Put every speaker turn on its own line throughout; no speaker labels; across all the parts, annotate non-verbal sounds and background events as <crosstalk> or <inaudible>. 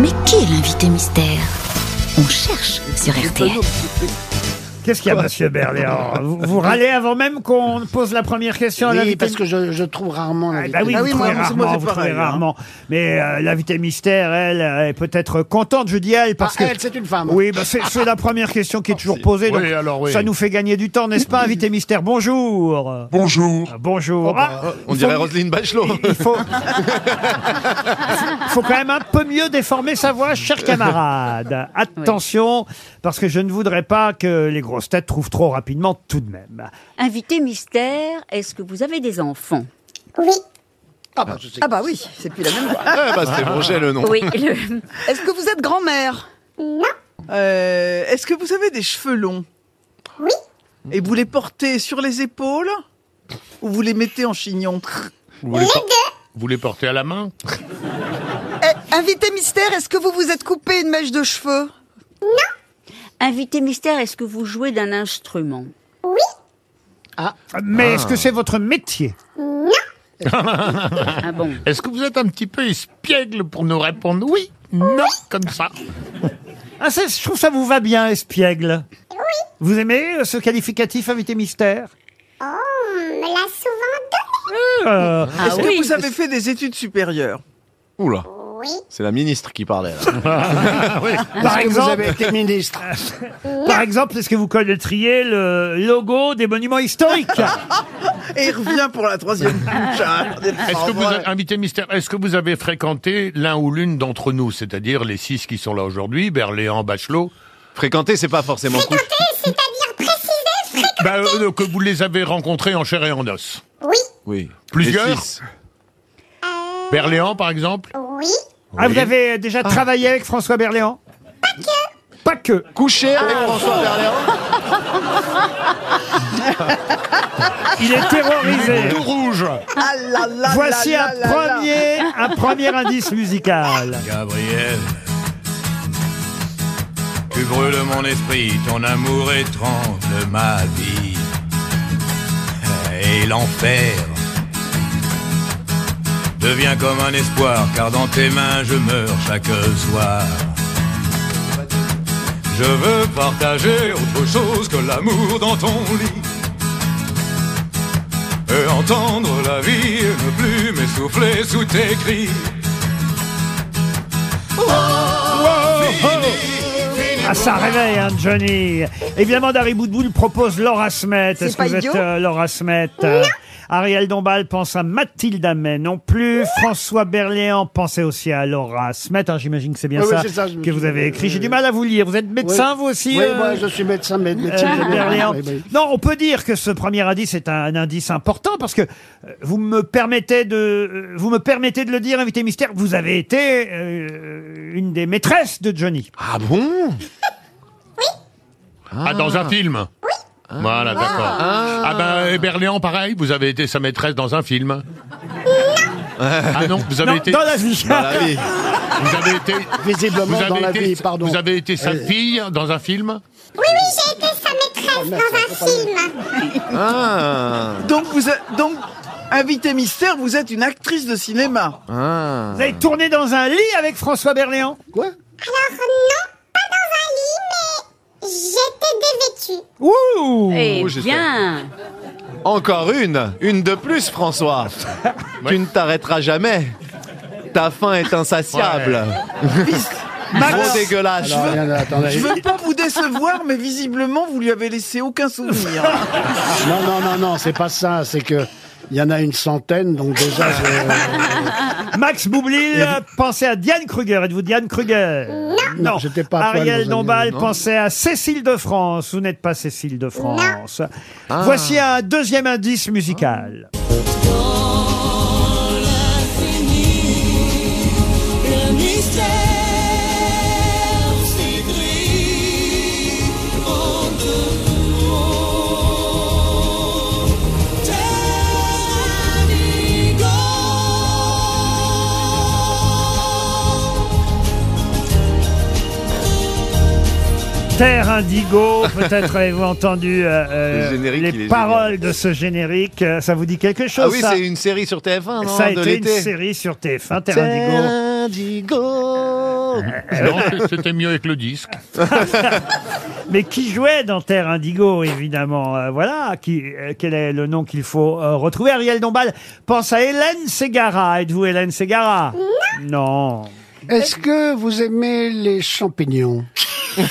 Mais qui est l'invité mystère On cherche sur RTL.
Qu'est-ce qu'il y a, monsieur Berléand vous, vous râlez avant même qu'on pose la première question à
Oui,
l'invité
parce que je, je trouve rarement la
Ah, bah oui,
vitesse.
vous trouvez rarement, vous trouvez
hein.
rarement. Mais euh, l'invité mystère, elle, euh, est peut-être contente, je dis elle, parce
Ah,
que...
elle, c'est une femme.
Oui, bah, c'est c'est la première question qui est toujours posée, donc
oui, alors, oui.
ça nous fait gagner du temps, n'est-ce pas, invité mystère Bonjour
Bonjour.
Ah,
Oh,
Bonjour
bah,
bah,
Ah,
On
il
dirait
faut-
Roselyne
<laughs>
Bachelot.
Il faut... faut quand même un peu mieux déformer sa voix, cher camarade. Attention, parce que je ne voudrais pas que les grosses têtes trouvent trop rapidement tout de même.
Invité mystère, est-ce que vous avez des enfants
Ah, bah, je sais.
Ah bah oui, c'est plus la même voix.
Ah, bah, c'était bon, j'ai le nom.
<laughs> Oui, le-
Est-ce que vous êtes grand-mère Non. Est-ce que vous avez des cheveux longs Oui. Et vous les portez sur les épaules ou vous les mettez en chignon
Vous voulez, por- vous voulez porter à la main
Eh, Invité mystère, est-ce que vous vous êtes coupé une mèche de cheveux
invité mystère, est-ce que vous jouez d'un instrument
Mais est-ce que c'est votre métier
Ah bon
Est-ce que vous êtes un petit peu espiègle pour nous répondre oui Non, comme ça.
Ah, c'est- je trouve ça vous va bien, espiègle. Oui. Vous aimez euh, ce qualificatif invité mystère Oh, on me l'a souvent donné.
Ah
Est-ce
oui
que vous avez fait des études supérieures
Oula. C'est la ministre qui parlait là.
<laughs> par,
Est-ce que vous
exemple,
avez été ministre
Ah, par exemple, est-ce que vous connaîtriez le logo des monuments historiques
Et il revient pour la troisième
<laughs>
couche. hein.
Est-ce que vous êtes invité mystère Est-ce que vous avez fréquenté l'un ou l'une d'entre nous, c'est-à-dire les six qui sont là aujourd'hui, Berléand, Bachelot
Fréquenter, c'est pas forcément cool.
bah, euh, que vous les avez rencontrés en chair et en os.
Oui.
Plusieurs
Les six.
Berléand, par exemple
Ah, vous avez déjà travaillé avec François Berléand Pas que. Pas que.
Coucher avec
Ah.
François Berléand.
Il <laughs> est terrorisé.
Tout rouge
Ah là là
Voici
là
un
là là là.
premier, un premier indice
<laughs>
musical.
Gabriel, tu brûles mon esprit, ton amour étrange ma vie. Et l'enfer devient comme un espoir, car dans tes mains je meurs chaque soir. Je veux partager autre chose que l'amour dans ton lit. Et entendre la vie, et ne plus m'essouffler sous tes cris.
Ah, ça réveille, hein, Johnny. Évidemment, Dari Boudboul propose Laura Smet. Est-ce que
pas
vous êtes
idiot
euh, Laura Smet euh, Ariel Dombal pense à Mathilde Amet non plus. François Berléand pensait aussi à Laura Smet. Alors, J'imagine que c'est bien
Oui, oui,
ça,
c'est ça, je me
que vous
suis-
avez écrit.
oui,
J'ai
oui.
du mal à vous lire. Vous êtes médecin, vous aussi
Oui,
euh,
moi, je suis médecin, mais médecin
euh, Berléand
général. Oui, oui.
Non, on peut dire que ce premier indice est un, un indice important parce que euh, vous me permettez de, euh, vous me permettez de le dire, invité mystère. Vous avez été euh, une des maîtresses de Johnny.
Ah bon
Ah, dans un film Oui. Voilà, d'accord. Ah, ben, et Berléand, pareil, vous avez été sa maîtresse dans un film. Ah non, vous avez
Non,
été,
dans la vie.
Ah oui.
vous avez été, vous
Visiblement
avez
dans la
été-
vie, pardon.
Vous avez été sa
Euh,
fille dans un film
Ah.
Donc vous êtes donc invité mystère, vous êtes une actrice
<laughs>
de cinéma.
Ah.
Vous avez tourné dans un lit avec François Berléand
Quoi
Ouh
Eh
Oh, j'étais-
bien
Encore une. Une de plus,
<laughs>
François. Tu ne t'arrêteras jamais. Ta faim est insatiable. Gros dégueulasse.
Alors, regardez, attendez.
Je veux pas vous décevoir, mais visiblement vous lui avez laissé aucun souvenir.
Non, non, non, non, c'est pas ça. C'est que il y en a une centaine, donc déjà, <laughs> je-
Max Boublil euh, pensait à Diane Kruger. Êtes-vous Diane Kruger
Non, j'étais pas fan
Ariel
de-
Dombal
non.
pensait à Cécile de France. Vous n'êtes pas Cécile de France. Voici un deuxième indice musical.
Le mystère s'écrit en deux mots. Tel amigo.
Terre Indigo,
<laughs>
peut-être avez-vous entendu euh,
Le
euh,
générique, il
les
est
paroles de ce générique. Euh, Ça vous dit quelque chose
Ah oui,
ça
c'est une série sur TF1, non
Ça a
De
été une
l'été.
série sur TF1, Terre Indigo.
Indigo.
Non, c'était mieux avec le disque.
Mais qui jouait dans Terre Indigo, évidemment. euh, voilà, qui, euh, quel est le nom qu'il faut euh, retrouver. Ariel Dombal pense à Hélène Ségara. Êtes-vous Hélène Ségara Non.
Est-ce que vous aimez les champignons
Ah,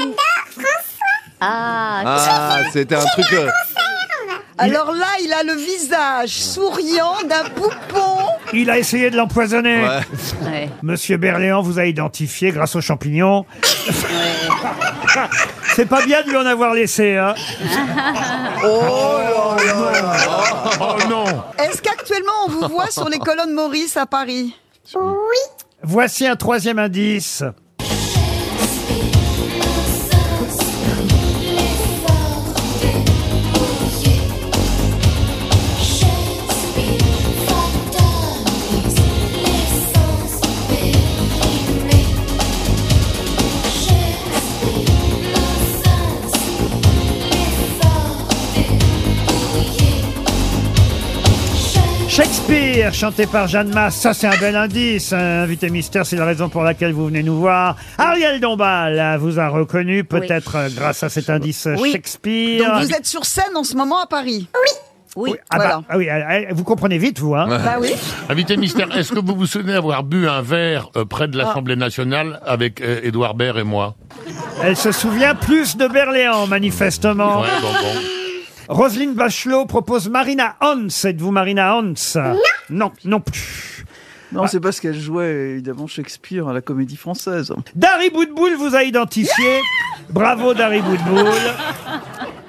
une- Ah,
Ah, c'était un truc. euh,
<laughs> Alors là, il a le visage souriant d'un poupon.
Il a essayé de l'empoisonner.
ouais.
ouais.
Monsieur Berléand vous a identifié grâce aux champignons. <laughs> C'est pas bien de lui en avoir laissé. Hein.
Oh non
Est-ce qu'actuellement on vous voit sur les colonnes Maurice à Paris
Voici un troisième indice. Shakespeare, chanté par Jeanne Masse, ça c'est un bel indice. hein, Invité mystère, c'est la raison pour laquelle vous venez nous voir. Ariel Dombal euh, vous a reconnu, peut-être euh, grâce à cet indice euh,
Oui.
Shakespeare.
Donc vous êtes sur scène en ce moment à Paris
Oui.
Ah, bah,
voilà.
ah oui, euh, euh, vous comprenez vite, vous. Hein.
<laughs>
Bah oui.
Invité mystère, est-ce que vous vous souvenez avoir bu un verre euh, près de l'Assemblée nationale avec euh, Édouard Baird et moi
Elle se souvient plus de Berléand, manifestement.
Ouais, bon, bon.
Roselyne Bachelot propose Marina Hans. Êtes-vous Marina Hans Non. Non, non plus.
Non, c'est parce qu'elle jouait évidemment Shakespeare à la Comédie Française.
Dari Boudboul vous a
<laughs>
identifié. Bravo Dari Boudboul.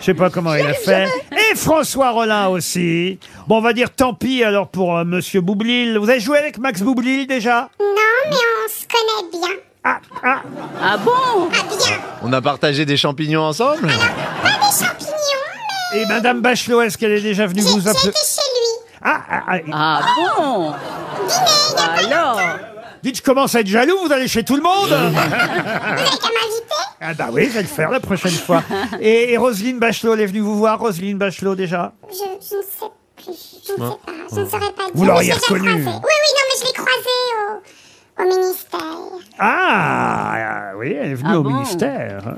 Je sais pas comment il a fait. Et François Rollin aussi. Bon, on va dire tant pis alors pour euh, Monsieur Boublil. Vous avez joué avec Max Boublil déjà
Ah bon
On a partagé des champignons ensemble
Et Madame Bachelot, est-ce qu'elle est déjà venue vous appeler ah, ah, ah,
Ah bon Bah Alors
Dites, je commence à être jaloux, vous allez chez tout le monde
<laughs>
Ah bah oui, je vais le faire la prochaine fois. Et, et Roselyne Bachelot, elle est venue vous voir, Roselyne Bachelot déjà
Je, je ne sais plus, je ne sais pas, je ne saurais pas dire.
Vous l'auriez
Mais je l'ai
reconnu.
croisé. Oui, oui, non, mais je l'ai croisé au, au ministère.
Ah oui, elle est venue
Ah
au
bon
ministère.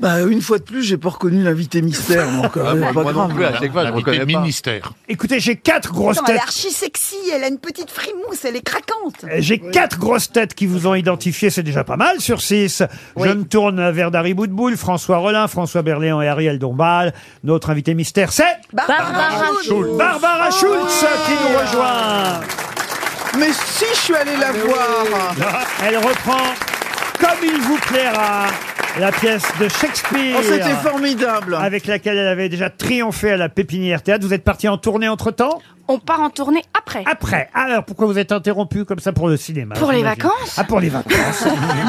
Bah une fois de plus, j'ai pas reconnu l'invité mystère. Donc, euh, pas
Ah, Moi non
grave.
plus, à chaque fois, je
Invité
reconnais pas.
ministère.
Écoutez, j'ai quatre grosses
Elle est
têtes.
archi sexy, elle a une petite frimousse, elle est craquante.
Eh, J'ai quatre grosses têtes qui vous ont identifié, c'est déjà pas mal sur six. Je me tourne vers Dari Boudboul, François Rollin, François Berléand et Ariel Dombal. Notre invité mystère, c'est
Barbara Schulz
Barbara Schulz qui nous rejoint.
Mais si je suis
Ah,
allée la voir
Elle reprend comme il vous plaira la pièce de Shakespeare.
Oh,
euh,
c'était formidable
avec laquelle elle avait déjà triomphé à la Pépinière Théâtre. Vous êtes parti en tournée entre-temps
On part en tournée après.
Après, alors pourquoi vous êtes interrompu comme ça pour le cinéma
Pour les
j'imagine
vacances.
Ah, pour les vacances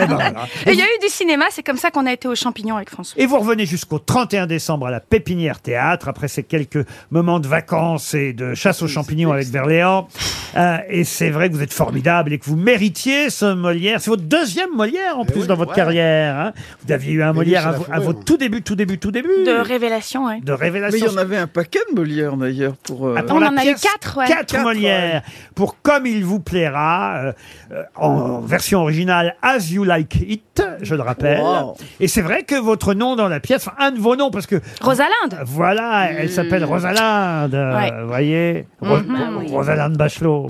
Eh ben voilà.
Et il y a eu du cinéma, c'est comme ça qu'on a été aux champignons avec François.
Et vous revenez jusqu'au 31 décembre à la Pépinière Théâtre, après ces quelques moments de vacances et de chasse aux champignons avec Berléand. Euh, et c'est vrai que vous êtes formidable et que vous méritiez ce Molière. C'est votre deuxième Molière en
Eh
plus dans votre carrière. hein. Vous aviez eu un Molière
c'est
à,
la
vo- à
fourrure.
votre tout début, tout début, tout début.
De révélation, hein. ouais.
De
Mais il
révélation.
y en avait un paquet de Molière d'ailleurs pour. euh,
Ah, pour
On
la
en a eu
pièce,
quatre, ouais.
Quatre
Quatre,
Molières. Pour Comme il vous plaira, euh, euh, en version originale As You Like It, je le rappelle.
Wow.
Et c'est vrai que votre nom dans la pièce, enfin, un de vos noms, parce que
Rosalinde
Voilà, elle s'appelle Rosalinde. euh,
Hmm. Ouais.
Vous voyez Ro-
Mhm, oui.
Rosalinde Bachelot.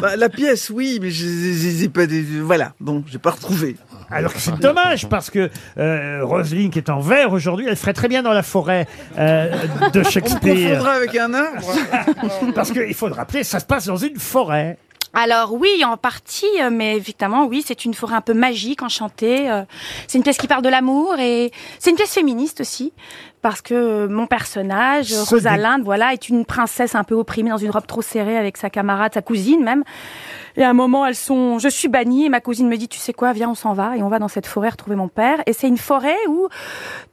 bah, la pièce, oui, mais je n'ai pas. Des... Voilà, bon, j'ai pas retrouvé.
Alors que c'est dommage parce que euh, Roselyne, qui est en vert aujourd'hui, elle ferait très bien dans la forêt euh,
<laughs>
de
On me
Shakespeare.
confondra avec un arbre.
parce qu'il faut le rappeler, ça se passe dans une forêt.
Alors oui, en partie, euh, mais évidemment, oui, c'est une forêt un peu magique, enchantée. euh, C'est une pièce qui parle de l'amour et c'est une pièce féministe aussi, parce que euh, mon personnage, euh,
Ce dé-
Rosalinde, voilà, est une princesse un peu opprimée dans une robe trop serrée avec sa camarade, sa cousine même. Et à un moment, elles sont, je suis bannie et ma cousine me dit, tu sais quoi, viens, on s'en va et on va dans cette forêt retrouver mon père. Et c'est une forêt où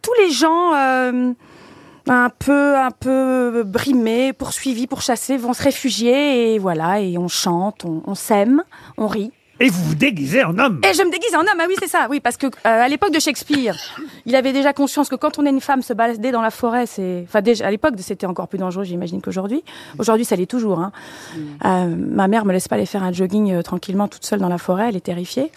tous les gens. euh, un peu, un peu brimés, poursuivis, pourchassés, vont se réfugier et voilà, et on chante, on, on s'aime, on rit.
Et vous vous déguisez en homme.
Et je me déguise en homme, ah oui, c'est ça, oui, parce que euh, à l'époque de Shakespeare, il avait déjà conscience que quand on est une femme se balader dans la forêt, c'est, enfin, déjà, à l'époque, c'était encore plus dangereux, j'imagine qu'aujourd'hui. Aujourd'hui, ça l'est toujours. Hein. Euh, ma mère me laisse pas aller faire un jogging euh, tranquillement toute seule dans la forêt, elle est terrifiée.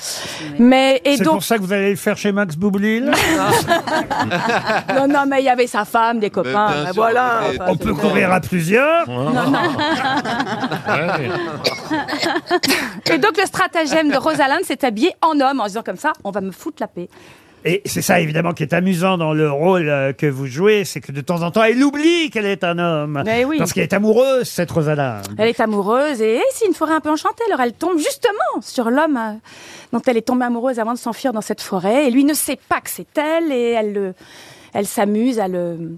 Mais et
C'est
donc,
pour ça que vous allez le faire chez Max Boublil
non, non, mais il y avait sa femme, des copains,
bien
mais
sûr,
voilà.
mais
enfin,
on
c'est
peut
bon.
courir à plusieurs.
Non, non. Et donc le stratagème de Rosalinde s'est habillée en homme en se disant comme ça, on va me foutre la paix.
Et c'est ça évidemment qui est amusant dans le rôle euh, que vous jouez, c'est que de temps en temps, elle oublie qu'elle est un homme.
Mais oui.
Parce qu'elle est amoureuse, cette Rosalinde.
Elle est amoureuse et eh, c'est une forêt un peu enchantée. Alors elle tombe justement sur l'homme euh, dont elle est tombée amoureuse avant de s'enfuir dans cette forêt. Et lui ne sait pas que c'est elle et elle, le- elle s'amuse à, le-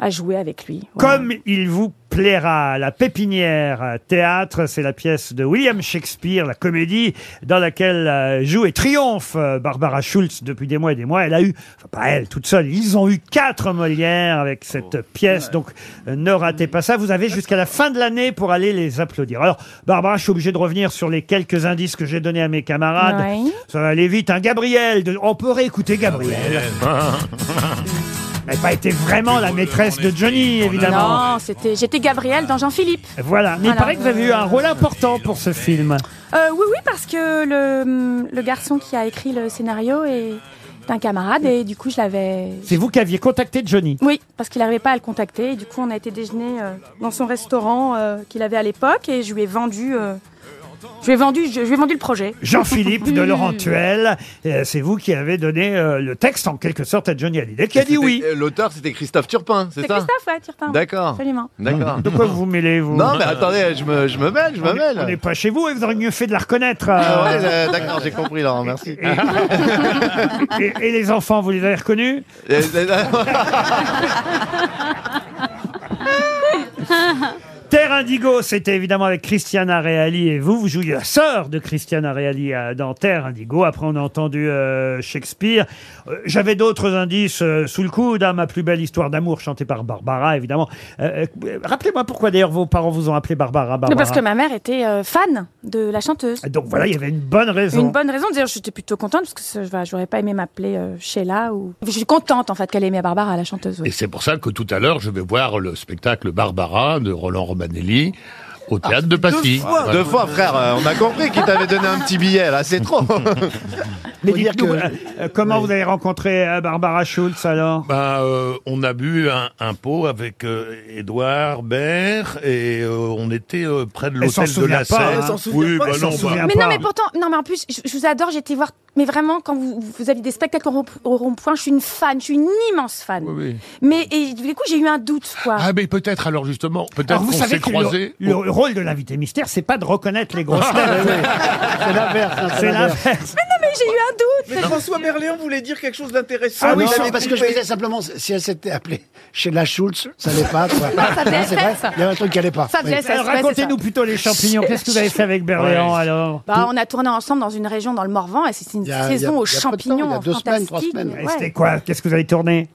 à jouer avec lui.
Comme il vous plaira, la pépinière théâtre, c'est la pièce de William Shakespeare, la comédie dans laquelle euh, joue et triomphe euh, Barbara Schultz depuis des mois et des mois. Elle a eu, enfin pas elle toute seule, ils ont eu quatre Molières avec cette pièce, donc euh, ne ratez pas ça. Vous avez jusqu'à la fin de l'année pour aller les applaudir. Alors Barbara, je suis obligé de revenir sur les quelques indices que j'ai donnés à mes camarades.
Ouais.
Ça va aller vite. Un Gabriel, de- on peut réécouter Gabriel. Elle n'a pas été vraiment la maîtresse de Johnny, évidemment.
Non, c'était j'étais Gabrielle dans Jean-Philippe.
Voilà, mais il
Voilà.
paraît que vous avez eu un rôle important pour ce film.
Euh, oui, oui, parce que le, le garçon qui a écrit le scénario est un camarade et du coup je l'avais
C'est vous qui aviez contacté Johnny.
Oui, parce qu'il n'arrivait pas à le contacter. Et du coup, on a été déjeuner euh, dans son restaurant euh, qu'il avait à l'époque et je lui ai vendu. euh, je lui ai vendu, je, je lui ai vendu le projet.
Jean-Philippe
<laughs>
de Laurentuel, euh, c'est vous qui avez donné euh, le texte en quelque sorte à Johnny Hallyday, qui a dit oui.
L'auteur, c'était Christophe Turpin, c'est
C'est
ça
Christophe, ouais, Turpin.
D'accord.
Absolument.
D'accord.
De quoi vous vous mêlez, vous
Non, mais attendez, je me, je me mêle, je me
On est-
mêle.
On n'est pas chez vous et vous auriez mieux fait de la reconnaître.
Ah
euh.
ouais, euh, D'accord, j'ai compris, Laurent, merci.
et, Euh, et les enfants, vous les avez reconnus
Euh, euh,
Terre Indigo, c'était évidemment avec Christiana Reali et vous, vous jouiez la sœur de Christiana Reali euh, dans Terre Indigo. Après, on a entendu euh, Shakespeare. Euh, J'avais d'autres indices euh, sous le coude, hein, ma plus belle histoire d'amour chantée par Barbara, évidemment. Euh, euh, Rappelez-moi pourquoi d'ailleurs vos parents vous ont appelé Barbara. Barbara.
Parce que ma mère était euh, fan de la chanteuse.
Ah,
Donc voilà, il y avait une bonne raison.
Une bonne raison. D'ailleurs, j'étais plutôt contente parce que ça, voilà, j'aurais pas aimé m'appeler euh, Sheila ou. Je suis contente en fait qu'elle aimait Barbara, la chanteuse. oui.
Et c'est pour ça que tout à l'heure, je vais voir le spectacle Barbara de Roland Romanelli au théâtre de Passy. Voilà.
Deux fois, frère, euh, on a compris qu'il t'avait donné un petit billet, là, c'est trop.
Mais
Faut dire que-
dites-nous, euh, euh, comment vous avez rencontré euh, Barbara Schultz alors
Bah, euh, on a bu un, un pot avec euh, Édouard Baird et euh, on était euh, près de
Elle s'en
l'hôtel de
souvient
la
pas, hein.
Seine.
Elle s'en souvient
Oui,
pas,
bah
elle s'en
non, bah-
souvient
Mais non, mais pourtant, non, mais en plus, je, je vous adore. J'étais voir, mais vraiment, quand vous, vous aviez des spectacles au rond- au rond-point, je suis une fan, je suis une immense fan.
oui.
Mais et, du coup, j'ai eu un doute, quoi.
Ah, mais peut-être alors justement,
Alors,
peut-être
Ah, vous
qu'on
savez
s'est
que le-
croisés.
le, rôle de l'invité mystère, c'est pas de reconnaître
<laughs>
les grosses têtes.
C'est l'inverse. hein,
c'est l'inverse.
Mais non, mais j'ai eu un doute.
Mais François Berléand voulait dire quelque chose d'intéressant.
Ah oui,
Il
non,
avait
parce que je
coupé.
disais simplement, si elle s'était appelée chez la Schultz, ça n'allait pas. Quoi.
Non, ça faisait
Hein, c'est vrai,
SS.
Il y avait un truc qui n'allait pas.
Ça faisait
Oui.
SS,
Alors,
ouais, c'est
Euh, Racontez-nous
ça.
plutôt les champignons. Qu'est-ce que vous avez fait avec Berléand
Ouais.
alors
Bah, on a tourné ensemble dans une région dans le Morvan et c'est une
Il y a- il y a-
saison aux
il y a peu de temps,
champignons
il y a deux semaines, trois
fantastique.
semaines.
Et
Ouais.
C'était quoi Qu'est-ce que vous avez tourné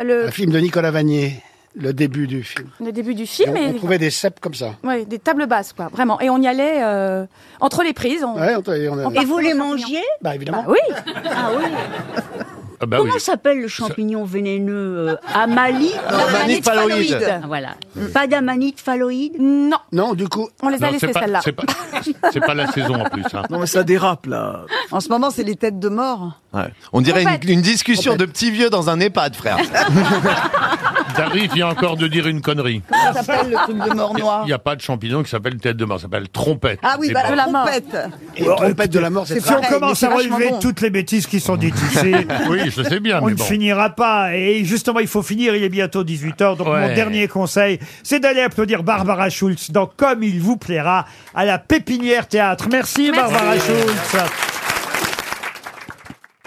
le,
Un film de Nicolas Vanier, le début du film.
le début du
Et
film
on,
et
on trouvait des cèpes comme ça.
ouais, des tables basses quoi, vraiment. Et on y allait euh, entre les prises. On...
Ouais, on, on-
Et vous les mangiez
bah, évidemment.
Bah oui.
Ah oui.
Ah bah oui.
Comment s'appelle le champignon vénéneux euh, Amali
Amanite phalloïde.
Ah, Voilà. Pas d'amanite phalloïde
Non,
Non, du coup,
on les a
Non,
laissés
c'est pas,
celles-là.
<laughs>
c'est pas, c'est pas la saison en plus. hein.
Non, mais ça dérape là.
En ce moment, c'est les têtes de mort.
Ouais. On dirait
En fait-
une, une discussion de petits vieux dans un EHPAD, frère.
Darry vient encore de dire une connerie.
Ça s'appelle le truc de mort
Il
noir.
n'y a pas de champignon qui s'appelle tête de mort, ça s'appelle trompette.
Ah oui,
Et
bah,
bon.
de
la
la
mort.
trompette.
et trompette de la mort, c'est
c'est
Si
très
on
pareil,
commence
mais
à
c'est vachement
relever
bon.
toutes les bêtises qui <laughs> sont dites ici,
Oui, je sais bien,
on
mais
ne
bon.
finira pas. Et justement, il faut finir. Il est bientôt 18h. Donc,
Ouais.
mon dernier conseil, c'est d'aller applaudir Barbara Schulz dans Comme il vous plaira à la Pépinière Théâtre. Merci, Barbara Schulz.